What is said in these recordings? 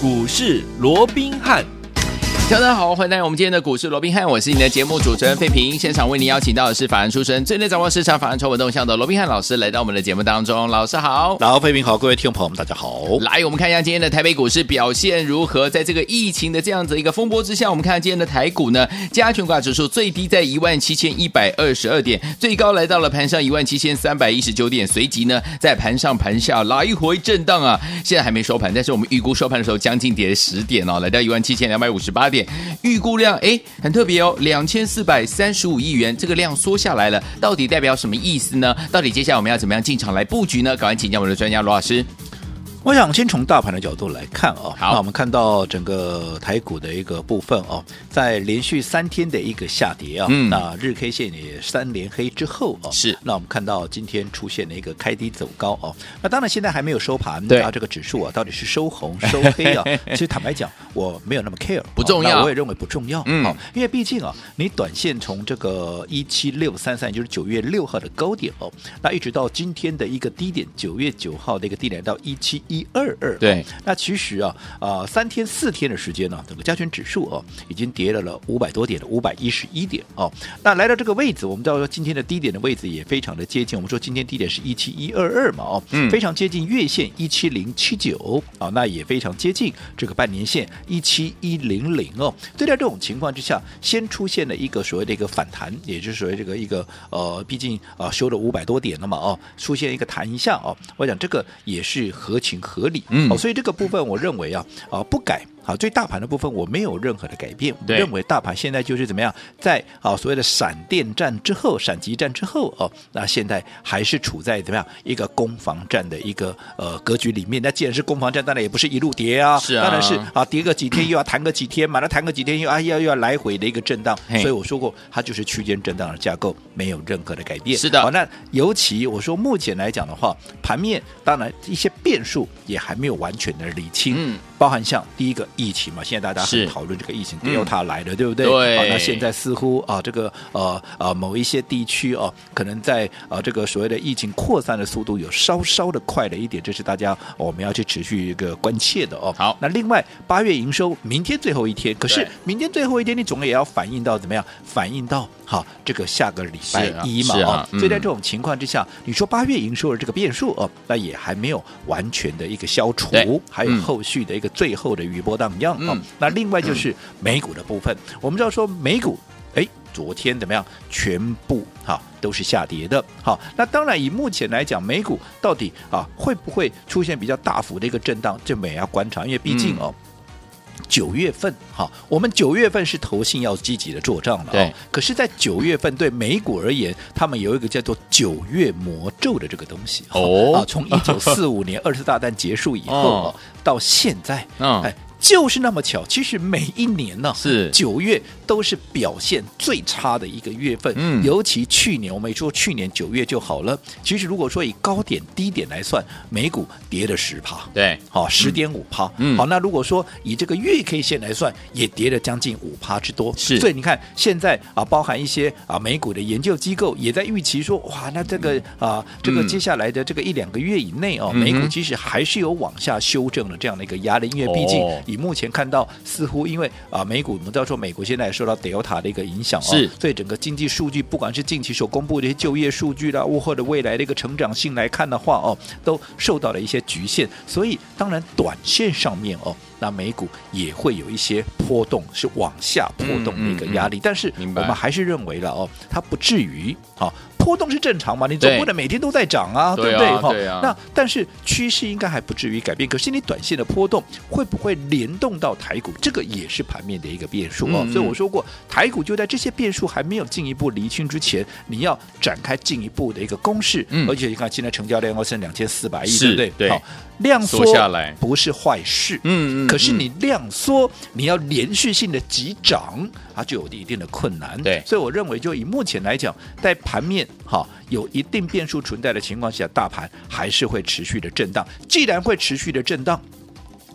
股市罗宾汉。大家好，欢迎来到我们今天的股市罗宾汉，我是你的节目主持人费平。现场为您邀请到的是法案出身、最能掌握市场法案筹码动向的罗宾汉老师，来到我们的节目当中。老师好，老费平好，各位听众朋友们，大家好。来我们看一下今天的台北股市表现如何？在这个疫情的这样子一个风波之下，我们看今天的台股呢，加权挂指数最低在一万七千一百二十二点，最高来到了盘上一万七千三百一十九点，随即呢在盘上盘下来回震荡啊。现在还没收盘，但是我们预估收盘的时候将近跌十点哦，来到一万七千两百五十八点，预估量哎很特别哦，两千四百三十五亿元，这个量缩下来了，到底代表什么意思呢？到底接下来我们要怎么样进场来布局呢？赶快请教我们的专家罗老师。我想先从大盘的角度来看哦，好那我们看到整个台股的一个部分哦，在连续三天的一个下跌啊、嗯那日 K 线也三连黑之后哦，是那我们看到今天出现了一个开低走高哦，那当然现在还没有收盘，对那这个指数啊到底是收红收黑 啊？其实坦白讲，我没有那么 care，不重要哦那我也认为不重要，嗯好因为毕竟啊，你短线从这个一七六三三，就是九月六号的高点哦，那一直到今天的一个低点，九月九号的一个低点到一七一二二，哦对，那其实啊，啊、三天四天的时间呢、整个加权指数哦，已经跌了了五百多点了，五百一十一点哦。那来到这个位置，我们知道说今天的低点的位置也非常的接近，我们说今天低点是一七一二二嘛哦，嗯非常接近月线一七零七九啊，那也非常接近这个半年线一七一零零哦。所以在这种情况之下，先出现了一个所谓的一个反弹，也就是所谓这个一个呃，毕竟啊、呃修了五百多点了嘛哦，出现一个弹一下哦，我想这个也是合情合理，嗯哦，所以这个部分我认为啊啊、不改。好，对大盘的部分我没有任何的改变，我对认为大盘现在就是怎么样，在啊所谓的闪电战之后、闪击战之后哦，那现在还是处在怎么样一个攻防战的一个呃格局里面。那既然是攻防战，当然也不是一路跌啊，是啊当然是啊跌个几天又要弹个几天嘛，那弹个几天又 啊要又要来回的一个震荡，嘿所以我说过它就是区间震荡的架构，没有任何的改变。是的好，那尤其我说目前来讲的话，盘面当然一些变数也还没有完全的理清，嗯，包含像第一个疫情嘛，现在大家是很讨论这个疫情嗯 Delta 来了，对不对？哦对好那现在似乎啊，这个呃呃某一些地区哦、可能在呃这个所谓的疫情扩散的速度有稍稍的快了一点，这是大家、哦我们要去持续一个关切的哦。好那另外八月营收明天最后一天，可是对明天最后一天你总也要反映到怎么样？反映到好这个下个礼拜是啊一嘛是啊哦所以在嗯这种情况之下，你说八月营收的这个变数哦，那也还没有完全的一个消除对，还有嗯后续的一个最后的余波荡漾啊、嗯那另外就是美股的部分，我们知道说美股，哎，昨天怎么样？全部哈都是下跌的。好，那当然以目前来讲，美股到底啊会不会出现比较大幅的一个震荡，这我们也要观察，因为毕竟嗯哦。九月份哈，我们九月份是投信要积极的做账了、哦，对。可是，在九月份对美股而言，他们有一个叫做“九月魔咒”的这个东西哦啊，从一九四五年二次大战结束以 后、哦哦到现在，嗯哎，就是那么巧。其实每一年呢、是九月都是表现最差的一个月份，嗯尤其去年，我们也说去年九月就好了。其实如果说以高点低点来算，美股跌了十趴，对，好十点五趴，嗯好，那如果说以这个月 K 线来算，也跌了将近五趴之多，是所以你看现在啊，包含一些啊美股的研究机构也在预期说，哇，那这个啊这个嗯接下来的这个一两个月以内哦，嗯哼美股其实还是有往下修正的这样的一个压力，因为毕竟哦以目前看到，似乎因为啊美股我们知道说美国现在也受到 Delta 的一个影响哦，是所以整个经济数据，不管是近期所公布的一些就业数据啦，或者未来的一个成长性来看的话哦，都受到了一些局限。所以当然短线上面哦，那美股也会有一些波动，是往下波动的一个压力。但是我嗯明白们还是认为了哦，它不至于好、哦波动是正常嘛？你总对不能每天都在涨啊，对啊不对？哈、对啊那但是趋势应该还不至于改变。可是你短线的波动会不会联动到台股？这个也是盘面的一个变数哦。嗯嗯所以我说过，台股就在这些变数还没有进一步厘清之前，你要展开进一步的一个攻势。嗯而且你看现在成交量要剩两千四百亿，是对不对对？好，量缩缩下来不是坏事。嗯可是你量缩，你要连续性的急涨，它就有一定的困难。对所以我认为，就以目前来讲，在盘面哈有一定变数存在的情况下，大盘还是会持续的震荡。既然会持续的震荡。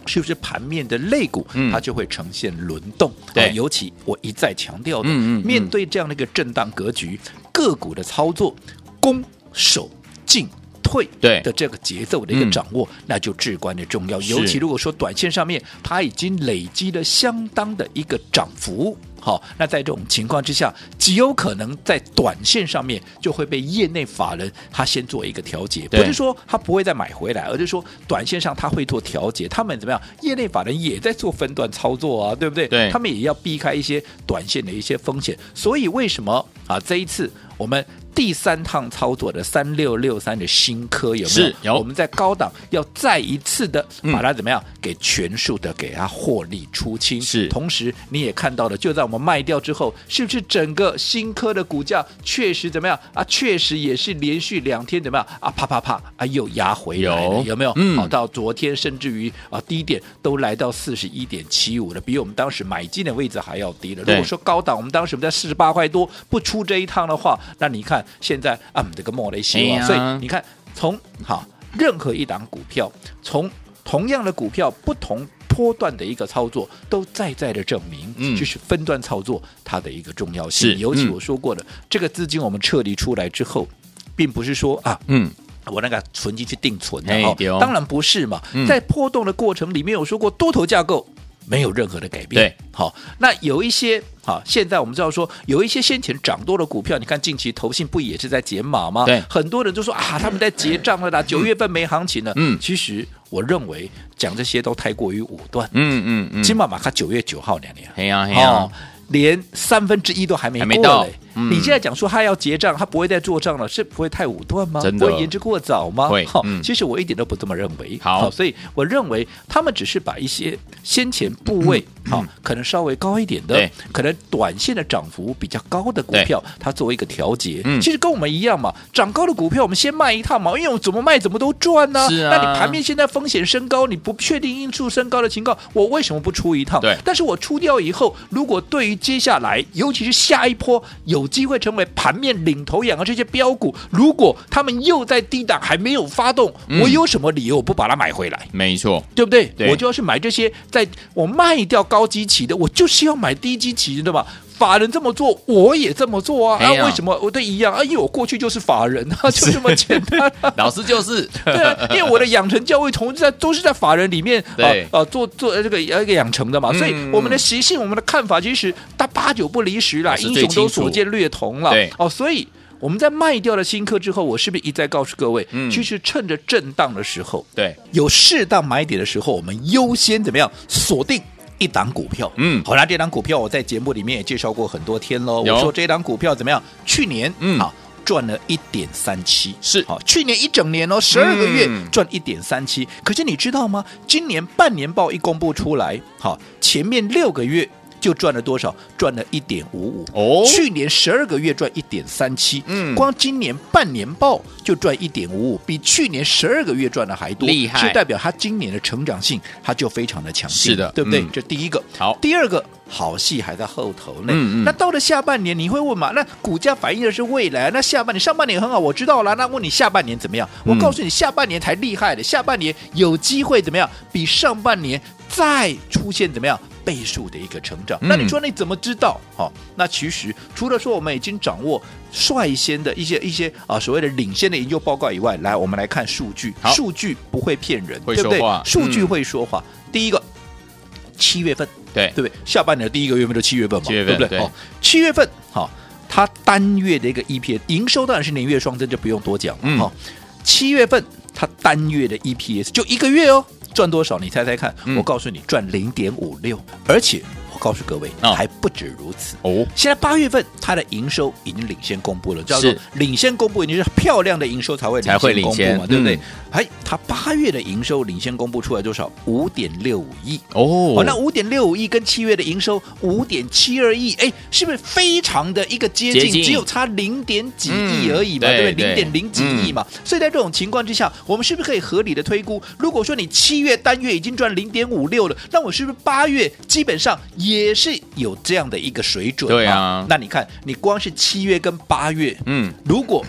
是不是盘面的肋骨，嗯它就会呈现轮动？对啊尤其我一再强调嗯的，嗯嗯面对这样的一个震荡格局，个股的操作，攻守进。退会对的这个节奏的一个嗯掌握，那就至关的重要。是尤其如果说短线上面它已经累积了相当的一个涨幅。好，那在这种情况之下，极有可能在短线上面就会被业内法人他先做一个调节，不对是说他不会再买回来，而是说短线上他会做调节。他们怎么样？业内法人也在做分段操作啊，对不对？对他们也要避开一些短线的一些风险。所以为什么啊？这一次我们第三趟操作的三六六三的新科有没有？是有嗯我们在高档要再一次的把它怎么样、给全数的给它获利出清。是同时你也看到了，就在我们卖掉之后，是不是整个新科的股价确实怎么样啊？确实也是连续两天怎么样啊？啪啪啪啊，又压回来了，有有没有？嗯好到昨天甚至于啊低点都来到四十一点七五了，比我们当时买进的位置还要低了。对如果说高档，我们当时我们在四十八块多不出这一趟的话，那你看现在啊，我们这个莫雷西哎啊，呀所以你看从好任何一档股票，从同样的股票不同。波段的一个操作，都再再的证明，嗯就是分段操作它的一个重要性。是尤其嗯我说过的，这个资金我们撤离出来之后，并不是说啊，嗯，我那个存金去定存的哎哦对哦，当然不是嘛嗯，在波动的过程里面有说过多头架构。没有任何的改变。对，好，那有一些好，现在我们知道说有一些先前涨多的股票，你看近期投信不也是在减码吗？对很多人就说啊，他们在结账了啦，九月份没行情了。嗯其实我认为讲这些都太过于武断。嗯嗯嗯，金马马卡九月九号两年，嘿呀嘿呀哦，，连三分之一都还没还没过到嘞嗯你现在讲说他要结账，他不会再做账了，是不会太武断吗？真的不会言之过早吗？会好嗯其实我一点都不这么认为。好所以我认为他们只是把一些先前部位，好、可能稍微高一点的嗯对，可能短线的涨幅比较高的股票，它作为一个调节。嗯其实跟我们一样嘛，涨高的股票我们先卖一趟嘛，因为我们怎么卖怎么都赚呢、是啊那你盘面现在风险升高，你不确定因素升高的情况，我为什么不出一趟？对但是我出掉以后，如果对于接下来，尤其是下一波有机会成为盘面领头羊的这些标股，如果他们又在低档还没有发动，嗯我有什么理由不把它买回来？没错，对不对？对我就要去买这些，在我卖掉高基期的，我就是要买低基期的嘛。法人这么做，我也这么做啊！哎呀啊，为什么我都一样啊？因为我过去就是法人 啊，就这么简单、啊。老师就是，对啊，因为我的养成教育从在都是在法人里面啊对啊做做这个呃这个养成的嘛，嗯所以我们的习性、我们的看法其实它八九不离十啦，我是英最雄清都楚所见略同了对。哦，所以我们在卖掉了新科之后，我是不是一再告诉各位，嗯其实趁着震荡的时候，对，有适当买点的时候，我们优先怎么样锁定？一档股票，嗯好啦，这档股票我在节目里面也介绍过很多天喽。有我说这档股票怎么样？去年，嗯好赚了一点三七，是好，去年一整年哦，十二个月嗯赚一点三七。可是你知道吗？今年半年报一公布出来，好，前面六个月就赚了多少？赚了一点五五。哦去年十二个月赚一点三七，嗯光今年半年报就赚一点五五，比去年十二个月赚的还多，厉害是代表它今年的成长性它就非常的强劲，是的对不对？嗯这第一个。好第二个好戏还在后头呢。嗯嗯那到了下半年，你会问嘛？那股价反映的是未来，那下半年上半年很好，我知道了。那问你下半年怎么样？我嗯告诉你，下半年才厉害的，下半年有机会怎么样？比上半年再出现怎么样？倍数的一个成长，嗯那你说你怎么知道？好、那其实除了说我们已经掌握率先的一些一些啊所谓的领先的研究报告以外，来我们来看数据好，数据不会骗人，会对不对说话？数据嗯会说话。第一个，七月份对，对不对？下半年的第一个月份就七月份嘛，七月份对不对？对哦，七月份好、它单月的一个 EPS 营收当然是年月双增，就不用多讲了。嗯好、七月份它单月的 E EPS 就一个月哦，赚多少？你猜猜看？嗯我告诉你，赚零点五六，而且我告诉各位，哦还不止如此。哦，现在八月份，它的营收已经领先公布了，叫做是领先公布，一定是漂亮的营收才会才会领领先公布先嘛，对不对嗯？哎，它八月的营收领先公布出来多少？五点六五亿哦哦，那五点六五亿跟七月的营收五点七二亿，哎，是不是非常的一个接近？接近只有差零点几亿嗯而已嘛，对对不对？零对嗯点零几亿嘛，所以在这种情况之下，我们是不是可以合理的推估？如果说你七月单月已经赚零点五六了，那我是不是八月基本上也是有这样的一个水准嘛？对啊那你看，你光是七月跟八月，嗯，如果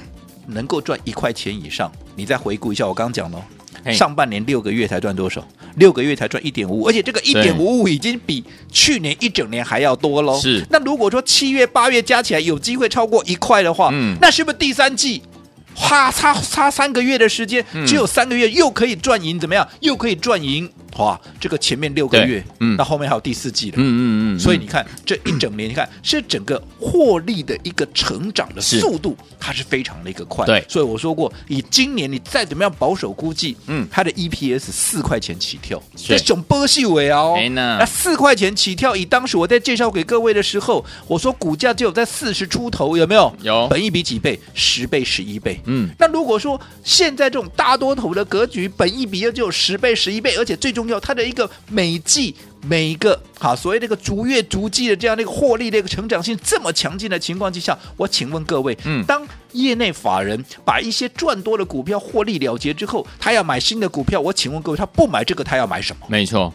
能够赚一块钱以上，你再回顾一下我刚讲的哦嘿上半年六个月才赚多少？六个月才赚一点五，而且这个一点五五已经比去年一整年还要多哦喽。是那如果说七月、八月加起来有机会超过一块的话，嗯那是不是第三季花差差三个月的时间，嗯只有三个月又可以赚赢，怎么样？又可以赚赢，哇！这个前面六个对月，嗯那后面还有第四季的，嗯嗯嗯嗯，所以你看这一整年，你看是整个获利的一个成长的是速度，它是非常的一个快。对所以我说过，以今年你再怎么样保守估计，嗯它的 EPS 四块钱起跳，是这熊波细尾啊哦哎，呐那四块钱起跳，以当时我在介绍给各位的时候，我说股价只有在四十出头，有没有？有本一比几倍？十倍、十一倍。嗯，那如果说现在这种大多头的格局，本一比又只有十倍、十一倍，而且最重要，它的一个每季每一个好所谓这个逐月逐季的这样的一个获利的一个成长性这么强劲的情况之下，我请问各位，嗯当业内法人把一些赚多的股票获利了结之后，他要买新的股票，我请问各位，他不买这个，他要买什么？没错，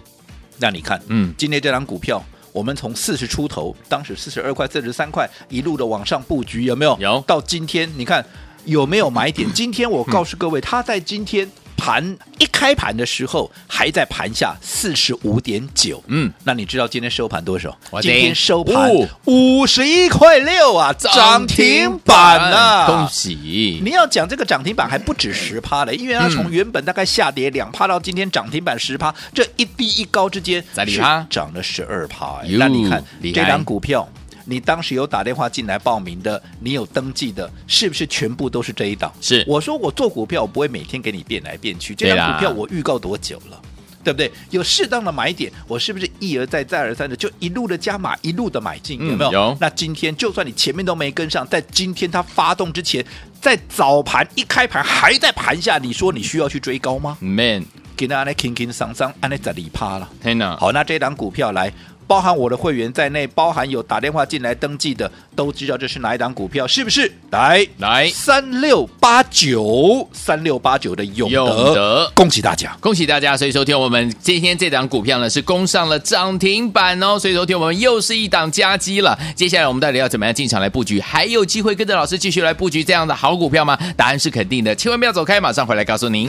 那你看，嗯今天这张股票，我们从四十出头，当时四十二块、四十三块，一路的往上布局，有没有？有到今天，你看有没有买点？ 今天我告诉各位，它在今天盘一开盘的时候，还在盘下四十五点九。嗯，那你知道今天收盘多少？我今的天收盘哦五十一块六啊，涨停板啊！恭喜！你要讲这个涨停板还不止十趴嘞，因为它嗯从原本大概下跌两趴到今天涨停板十趴，这一低一高之间，在里趴涨了十二趴。哎哟那你看厉害这档股票，你当时有打电话进来报名的，你有登记的，是不是全部都是这一档？是我说我做股票，我不会每天给你变来变去。对这啦档股票我预告多久了？对不对？有适当的买点，我是不是一而再、再而三的就一路的加码，一路的买进？嗯有没有？有那今天就算你前面都没跟上，在今天它发动之前，在早盘一开盘还在盘下，你说你需要去追高吗？ man，给大家来轻轻桑桑，按那十里趴了。天哪，好，那这档股票来。包含我的会员在内，包含有打电话进来登记的，都知道这是哪一档股票，是不是？来来三六八九三六八九的永永德恭喜大家！恭喜大家！所以说，听我们今天这档股票呢是攻上了涨停板哦，所以说，听我们又是一档加基了。接下来我们到底要怎么样进场来布局？还有机会跟着老师继续来布局这样的好股票吗？答案是肯定的，千万不要走开，马上回来告诉您。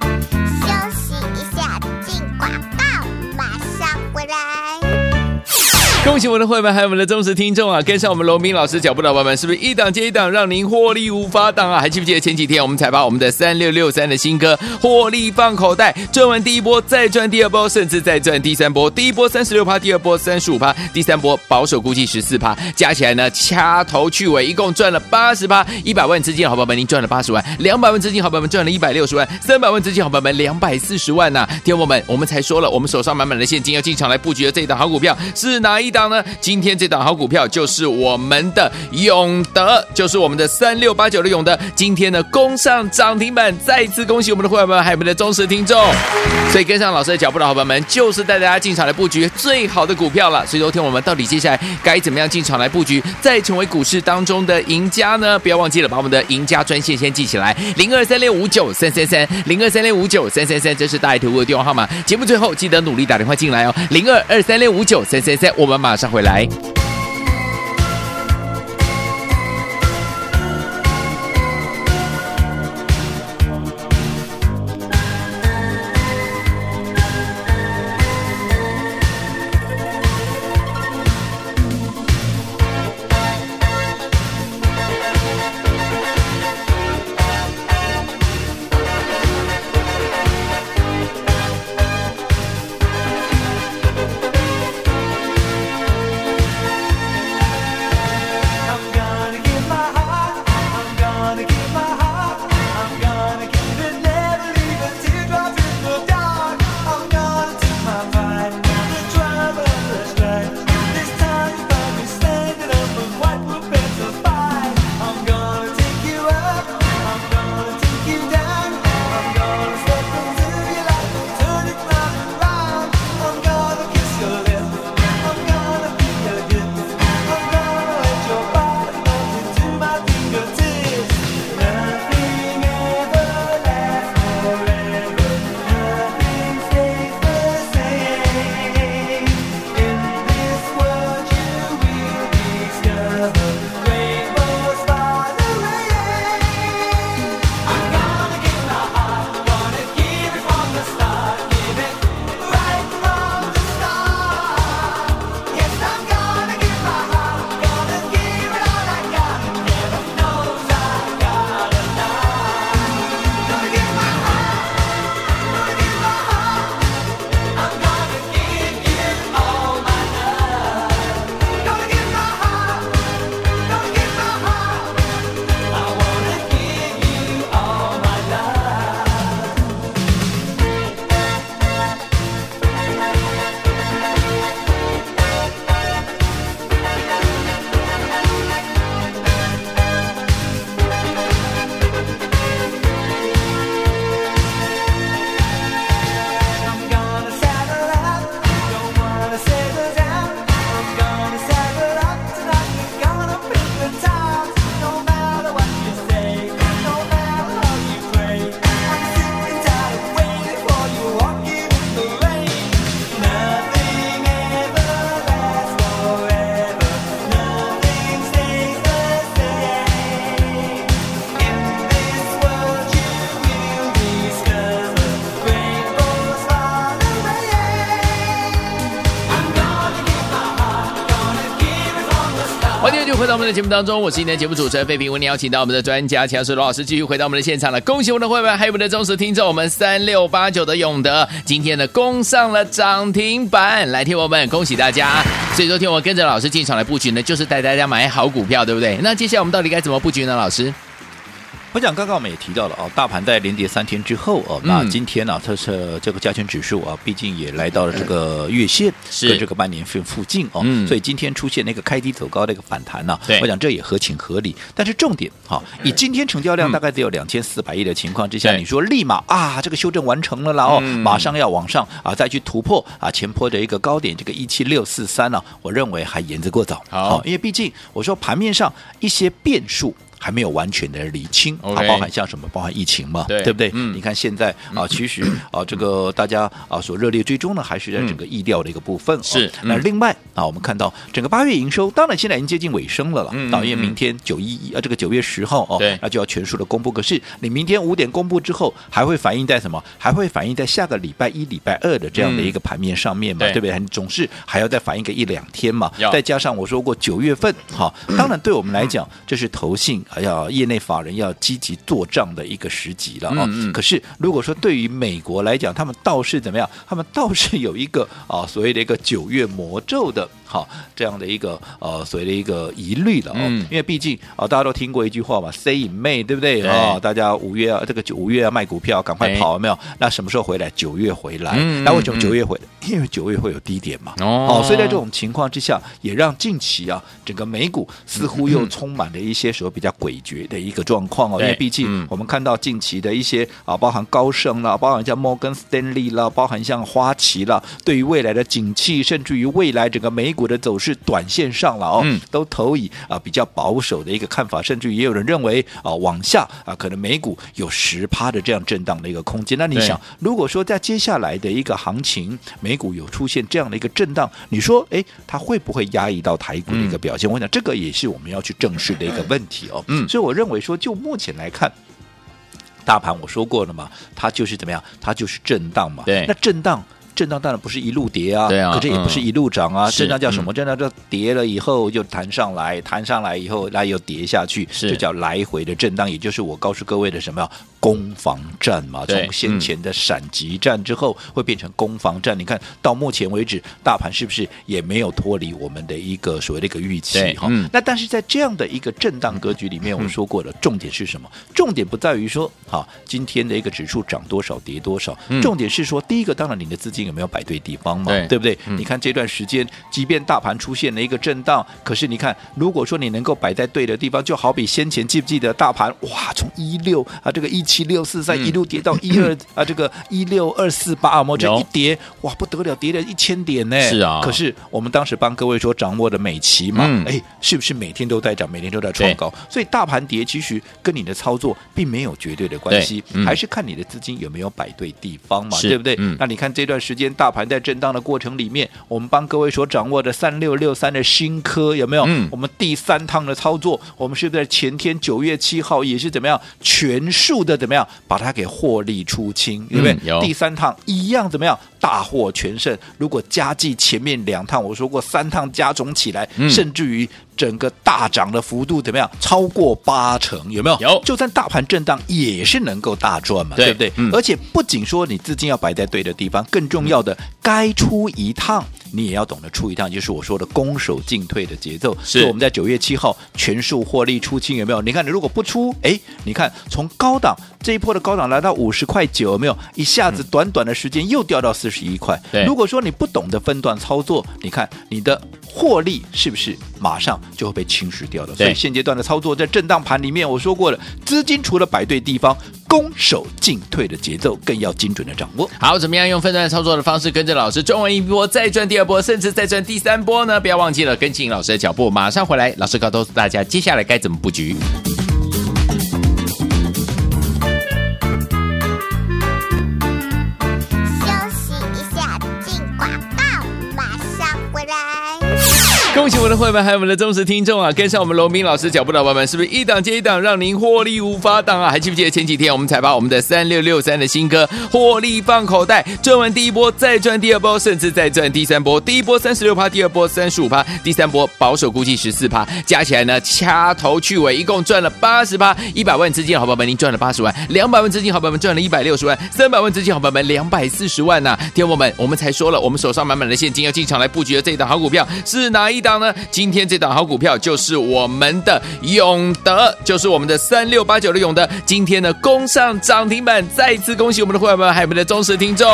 休息一下，进广告，马上回来。恭喜我们的会员，还有我们的忠实听众啊！跟上我们龙斌老师脚步的伙伴们，是不是一档接一档，让您获利无法挡啊？还记不记得前几天我们才把我们的三六六三的新歌获利放口袋，赚完第一波再赚第二波，甚至再赚第三波。第一波三十六趴，第二波三十五趴，第三波保守估计十四趴，加起来呢掐头去尾，一共赚了八十趴。一百万资金的好朋友们，您赚了八十万；两百万资金好朋友们赚了一百六十万；三百万资金好朋友们两百四十万呐、听我们，我们才说了，我们手上满满的现金要进场来布局的这一档好股票是哪一档呢？今天这档好股票就是我们的永德，就是我们的三六八九的永德。今天呢攻上涨停板，再次恭喜我们的会员们，还有我们的忠实听众。所以跟上老师的脚步的伙伴们，就是带大家进场来布局最好的股票了。所以昨天我们到底接下来该怎么样进场来布局，再成为股市当中的赢家呢？不要忘记了把我们的赢家专线先记起来，零二三六五九三三三，零二三六五九三三三，这是大爱投顾的电话号码。节目最后记得努力打电话进来哦，零二二三六五九三三三，我们马上回来。 Thank 回到我们的节目当中，我是今天的节目主持人费平，为您邀请到我们的专家强水罗老师继续回到我们的现场了。恭喜我们的会员，还有我们的忠实听众，我们三六八九的永德今天呢攻上了涨停板，来听我们恭喜大家。所以昨天我跟着老师进场来布局呢，就是带大家买好股票，对不对？那接下来我们到底该怎么布局呢？老师，我想刚刚我们也提到了哦，大盘在连跌三天之后哦，那嗯今天呢、它是呃这个加权指数啊，毕竟也来到了这个月线是跟这个半年线附近哦，嗯所以今天出现那个开低走高的一个反弹呢、对我想这也合情合理。但是重点哈、以今天成交量大概只有两千四百亿的情况之下，嗯对你说立马啊，这个修正完成了啦哦，嗯马上要往上啊，再去突破啊前坡的一个高点这个一七六四三呢，我认为还言之过早。好因为毕竟我说盘面上一些变数。还没有完全的理清，它 OK 包含像什么？包含疫情嘛，对不对？嗯你看现在啊，其实啊，这个大家啊所热烈追踪呢，还是在整个意料的一个部分哦。是嗯那另外啊，我们看到整个八月营收，当然现在已经接近尾声了啦嗯。导演嗯明天九一一啊，这个九月十号哦对，那就要全数的公布。可是你明天五点公布之后，还会反映在什么？还会反映在下个礼拜一、礼拜二的这样的嗯一个盘面上面嘛，对对不对？你总是还要再反映个一两天嘛要。再加上我说过九月份， 好，当然对我们来讲，这是投信哎呀，业内法人要积极做账的一个时机了啊嗯嗯。可是如果说对于美国来讲，他们倒是怎么样？他们倒是有一个啊所谓的一个九月魔咒的。好，这样的一个呃，所谓的一个疑虑了哦，嗯因为毕竟啊、大家都听过一句话嘛，“say in May”，对不对对啊、大家五月啊，这个九五月要卖股票，赶快哎跑，有没有？那什么时候回来？九月回来。嗯那为什么嗯九月回来？因为九月会有低点嘛。哦所以在这种情况之下，也让近期啊，整个美股似乎又充满了一些所谓比较诡谲的一个状况哦。对因为毕嗯竟我们看到近期的一些啊，包含高盛啦，包含像摩根斯丹利啦，包含像花旗啦，对于未来的景气，甚至于未来整个美股的走势，短线上了哦，嗯都投以啊比较保守的一个看法，甚至于也有人认为啊往下啊可能美股有十趴的这样震荡的一个空间。那你对想，如果说在接下来的一个行情，美股有出现这样的一个震荡，你说，哎，它会不会压抑到台股的一个表现？我想这个也是我们要去正视的一个问题哦。嗯所以我认为说，就目前来看。大盘我说过了嘛，它就是怎么样，它就是震荡嘛。对那震荡，震荡当然不是一路跌啊，对啊可这也不嗯是一路涨啊。是震荡叫什么？震荡叫跌了以后就弹上来，弹上来以后，那又跌下去，是这叫来回的震荡，也就是我告诉各位的什么呀攻防战嘛。对从先前的闪击战之后，会变成攻防战。你看到目前为止，大盘是不是也没有脱离我们的一个所谓的一个预期对哈？嗯那但是在这样的一个震荡格局里面，我说过了，重点是什么？重点不在于说，好，今天的一个指数涨多少、跌多少，嗯重点是说，第一个，当然你的资金有没有摆对地方嘛，对不对？嗯你看这段时间，即便大盘出现了一个震荡，可是你看，如果说你能够摆在对的地方，就好比先前记不记得大盘哇，从一六啊这个一七六四三嗯一路跌到 一二啊这个一六二四八，我们这有一跌哇不得了，跌了一千点呢。是啊可是我们当时帮各位说掌握的美琪嘛嗯，哎、是不是每天都在涨，每天都在创高？所以大盘跌其实跟你的操作并没有绝对的关系对，嗯还是看你的资金有没有摆对地方嘛，是对不对？嗯那你看这段时间大盘在震荡的过程里面，我们帮各位所掌握的三六六三的新科有没有？嗯我们第三趟的操作，我们是不是在前天九月七号也是怎么样全数的怎么样把它给获利出清，对不对？嗯有第三趟一样怎么样大获全胜？如果加计前面两趟，我说过三趟加总起来，嗯甚至于整个大涨的幅度怎么样超过八成，有没有？有就算大盘震荡也是能够大赚嘛，对不对？嗯而且不仅说你资金要摆在对的地方，更重要的，该出一趟你也要懂得出一趟，就是我说的攻守进退的节奏。是所以我们在九月七号全数获利出清，有没有？你看你如果不出，哎，你看从高档这一波的高档来到五十块九，有没有？一下子短短的时间又掉到四十一块。对如果说你不懂得分段操作，你看你的获利是不是马上就会被侵蚀掉了？对所以现阶段的操作在震荡盘里面，我说过了，资金除了摆对地方，攻守进退的节奏更要精准的掌握。好，怎么样用分段操作的方式跟着老师赚完一波，再赚第二波，甚至再赚第三波呢？不要忘记了跟紧老师的脚步，马上回来，老师告诉大家接下来该怎么布局。休息一下，进广告，马上回来。恭喜我们的会员，还有我们的忠实听众啊！跟上我们龙斌老师脚步的宝宝们，是不是一档接一档，让您获利无法挡啊？还记不记得前几天我们才把我们的三六六三的新歌获利放口袋，赚完第一波再赚第二波，甚至再赚第三波。第一波三十六趴，第二波三十五趴，第三波保守估计十四趴，加起来呢掐头去尾，一共赚了八十趴。一百万资金的好朋友们，您赚了八十万；两百万资金的好朋友们赚了一百六十万；三百万资金的好朋友们两百四十万呐、天友们，我们才说了，我们手上满满的现金要进场来布局的这档好股票是哪一档呢？今天这档好股票就是我们的永德，就是我们的三六八九的永德。今天呢，攻上涨停板，再次恭喜我们的会员们，还有我们的忠实听众。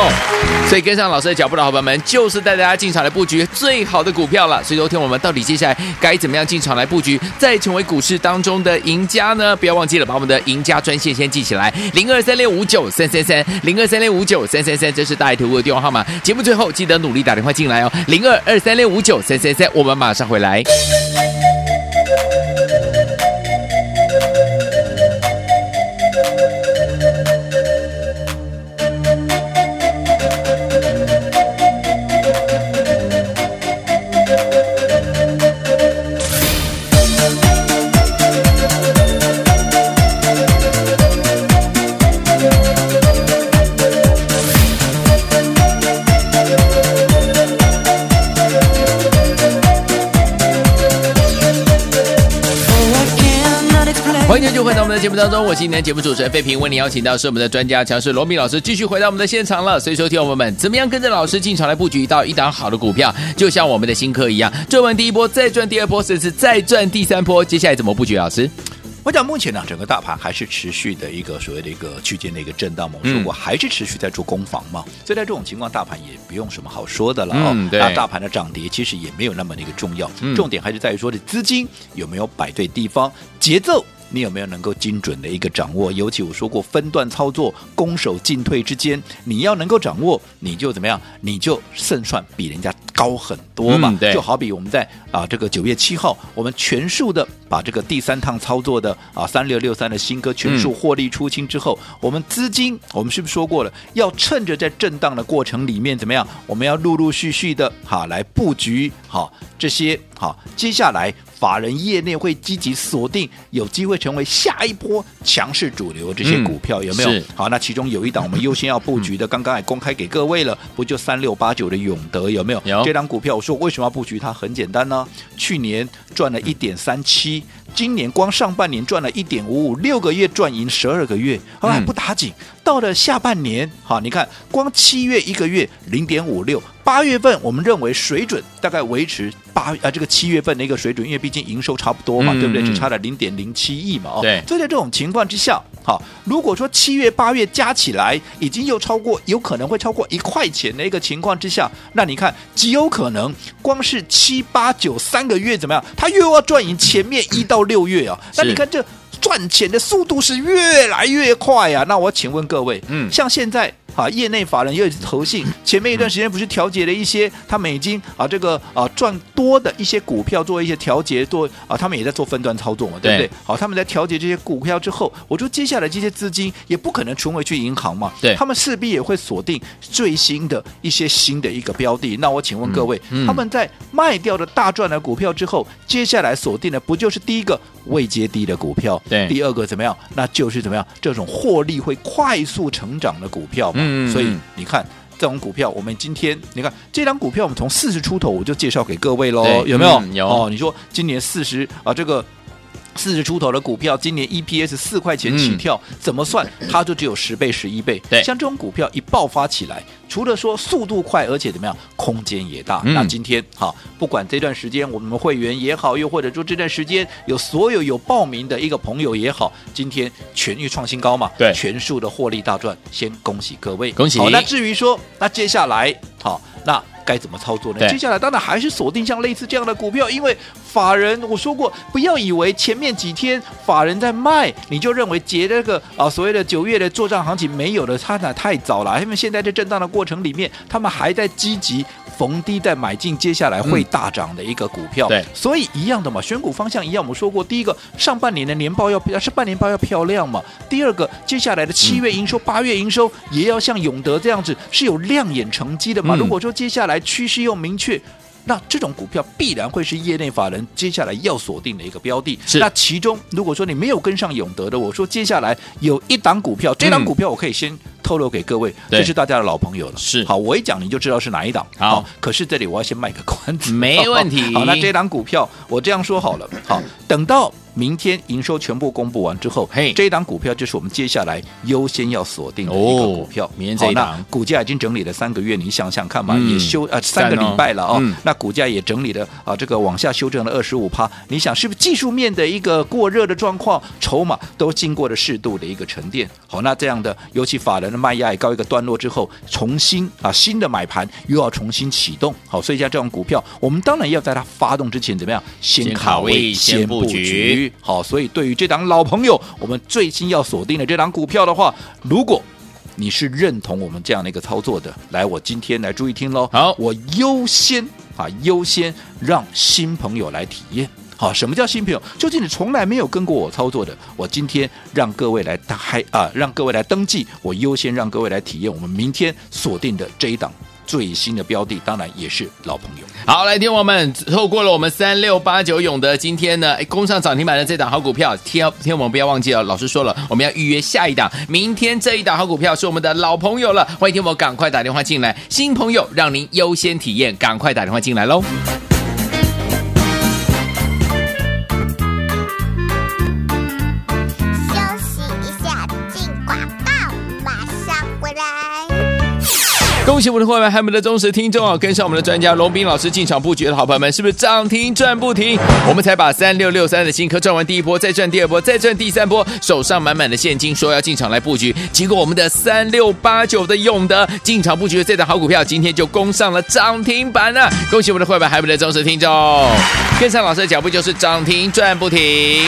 所以跟上老师的脚步的好朋友们，就是带大家进场来布局最好的股票了。所以昨天我们到底接下来该怎么样进场来布局，再成为股市当中的赢家呢？不要忘记了把我们的赢家专线先记起来，零二三六五九三三三，零二三六五九三三三，这是大爱投顾的电话号码。节目最后记得努力打电话进来哦，零二二三六五九三三三，我们马上回来。欢迎继续回到我们的节目当中，我是今天的节目主持人费平，为您邀请到是我们的专家强势罗密老师，继续回到我们的现场了。所以，说，听我们，怎么样跟着老师进场来布局到一档好的股票，就像我们的新科一样，赚完第一波再赚第二波，甚至再赚第三波，接下来怎么布局？啊老师，我讲目前呢，整个大盘还是持续的一个所谓的一个区间的一个震荡嘛，我说嗯过还是持续在做攻防嘛，所以在这种情况，大盘也不用什么好说的了哦。嗯对那大盘的涨跌其实也没有那么的一个重要，嗯重点还是在于说的资金有没有摆对地方，节奏。你有没有能够精准的一个掌握？尤其我说过分段操作、攻守进退之间，你要能够掌握，你就怎么样？你就胜算比人家高很多嘛。嗯对就好比我们在啊这个九月七号，我们全数的把这个第三趟操作的啊三六六三的新歌全数获利出清之后，我们资金我们是不是说过了，要趁着在震荡的过程里面怎么样，我们要陆陆续续的哈、来布局哈、这些哈、接下来。法人业内会积极锁定有机会成为下一波强势主流这些嗯股票、有没有是？好，那其中有一档我们优先要布局的，刚刚也公开给各位了，不就三六八九的永德有没有？有这档股票，我说为什么要布局它？很简单呢、啊去年赚了一点三七，今年光上半年赚了一点五五，六个月赚赢十二个月，好、还嗯不打紧。到了下半年，好，你看光七月一个月零点五六，八月份我们认为水准大概维持八啊这个七月份的一个水准，因为毕竟营收差不多嘛，嗯对不对？嗯只差了零点零七亿嘛，哦，对所以在这种情况之下，好，如果说七月、八月加起来已经又超过，有可能会超过一块钱的一个情况之下，那你看极有可能光是七八九三个月怎么样，它又要赚赢前面一到六月啊。那是你看这赚钱的速度是越来越快啊。那我请问各位，嗯像现在。啊，业内法人也有投信，前面一段时间不是调节了一些他们已经啊这个啊赚多的一些股票做一些调节，做啊他们也在做分段操作嘛，对不对对？好，他们在调节这些股票之后，我说接下来这些资金也不可能存回去银行嘛，对他们势必也会锁定最新的一些新的一个标的。那我请问各位，嗯嗯他们在卖掉的大赚的股票之后，接下来锁定的不就是第一个未接低的股票，对第二个怎么样？那就是怎么样这种获利会快速成长的股票嘛。嗯嗯嗯所以你看。这种股票，我们今天你看这张股票，我们从四十出头我就介绍给各位喽，对有没有？嗯有哦，你说今年四十啊，这个四十出头的股票，今年 EPS 四块钱起跳，怎么算它就只有十倍、十一倍。嗯对像这种股票一爆发起来，除了说速度快，而且怎么样，空间也大。嗯那今天好，不管这段时间我们会员也好，又或者说这段时间有所有有报名的一个朋友也好，今天全域创新高嘛，对全数的获利大赚，先恭喜各位，恭喜好，那至于说，那接下来好，那。该怎么操作呢对？接下来当然还是锁定像类似这样的股票，因为法人我说过，不要以为前面几天法人在卖，你就认为结这个啊所谓的九月的做账行情没有了，它那太早了。因为现在这震荡的过程里面，他们还在积极逢低在买进接下来会大涨的一个股票。嗯对所以一样的嘛，选股方向一样。我们说过，第一个上半年的年报要是半年报要漂亮嘛，第二个接下来的嗯七月营收、八、月营收也要像永德这样子是有亮眼成绩的嘛。嗯如果说接下来趋势又明确。那这种股票必然会是业内法人接下来要锁定的一个标的。是那其中如果说你没有跟上永德的，我说接下来有一档股票，这档嗯股票我可以先透露给各位，对这是大家的老朋友了。是好，我一讲你就知道是哪一档。好可是这里我要先卖个关子，没问题好，那这档股票我这样说好了，好，等到明天营收全部公布完之后嘿，这档股票就是我们接下来优先要锁定的一个哦股票。明天这一档好那股价已经整理了三个月，你想想看嘛，嗯也修呃三个赞礼哦拜了哦，嗯那股价也整理了啊、这个往下修正了二十五趴。你想是不是技术面的一个过热的状况，筹码都经过了适度的一个沉淀？好，那这样的，尤其法人的卖压也告一个段落之后，重新啊新的买盘又要重新启动。好，所以像这种股票，我们当然要在它发动之前怎么样，先先卡卡位，位先布局好，所以对于这档老朋友，我们最新要锁定的这档股票的话，如果你是认同我们这样的一个操作的，来，我今天来注意听喽。好我优先啊，优先让新朋友来体验。好，什么叫新朋友？就是你从来没有跟过我操作的，我今天让各位来打开啊，让各位来登记，我优先让各位来体验我们明天锁定的这一档最新的标的，当然也是老朋友。好，来，听我们透过了我们三六八九永德，今天呢，哎攻上涨停板的这档好股票，天天我们不要忘记了，老师说了，我们要预约下一档，明天这一档好股票是我们的老朋友了，欢迎听我赶快打电话进来，新朋友让您优先体验，赶快打电话进来喽。休息一下，进广告，马上回来。恭喜我们的会员还有我们的忠实听众啊！跟上我们的专家龙斌老师进场布局的好朋友们，是不是涨停赚不停？我们才把三六六三的新科赚完第一波，再赚第二波，再赚第三波，手上满满的现金，说要进场来布局，结果我们的三六八九的永德进场布局的这档好股票，今天就攻上了涨停板了。恭喜我们的会员还有我们的忠实听众，跟上老师的脚步就是涨停赚不停。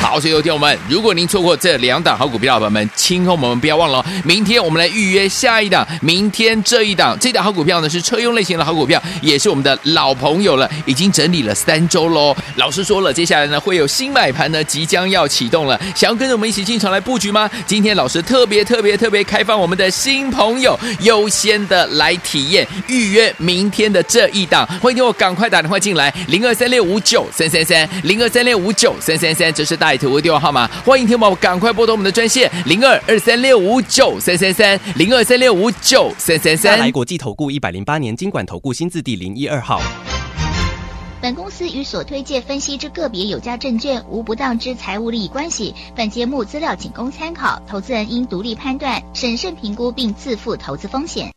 好，所以有天我们，如果您错过这两档好股票，朋友们，亲后我们不要忘了哦，明天我们来预约下一档，明天这一档，这档好股票呢是车用类型的好股票，也是我们的老朋友了，已经整理了三周喽。老师说了，接下来呢会有新买盘呢即将要启动了，想要跟着我们一起进场来布局吗？今天老师特别特别特别开放我们的新朋友，优先的来体验预约明天的这一档，欢迎听我赶快打电话进来，零二三六五九三三三，零二三六五九三三三，这是大图的电话号码，欢迎听我赶快拨通我们的专线零二二三六五九三三三，零二三六五九三三大来三。国际投顾一百零八年经管投顾新字第零一二号。本公司与所推介分析之个别有价证券无不当之财务利益关系。本节目资料仅供参考，投资人应独立判断、审慎评估并自负投资风险。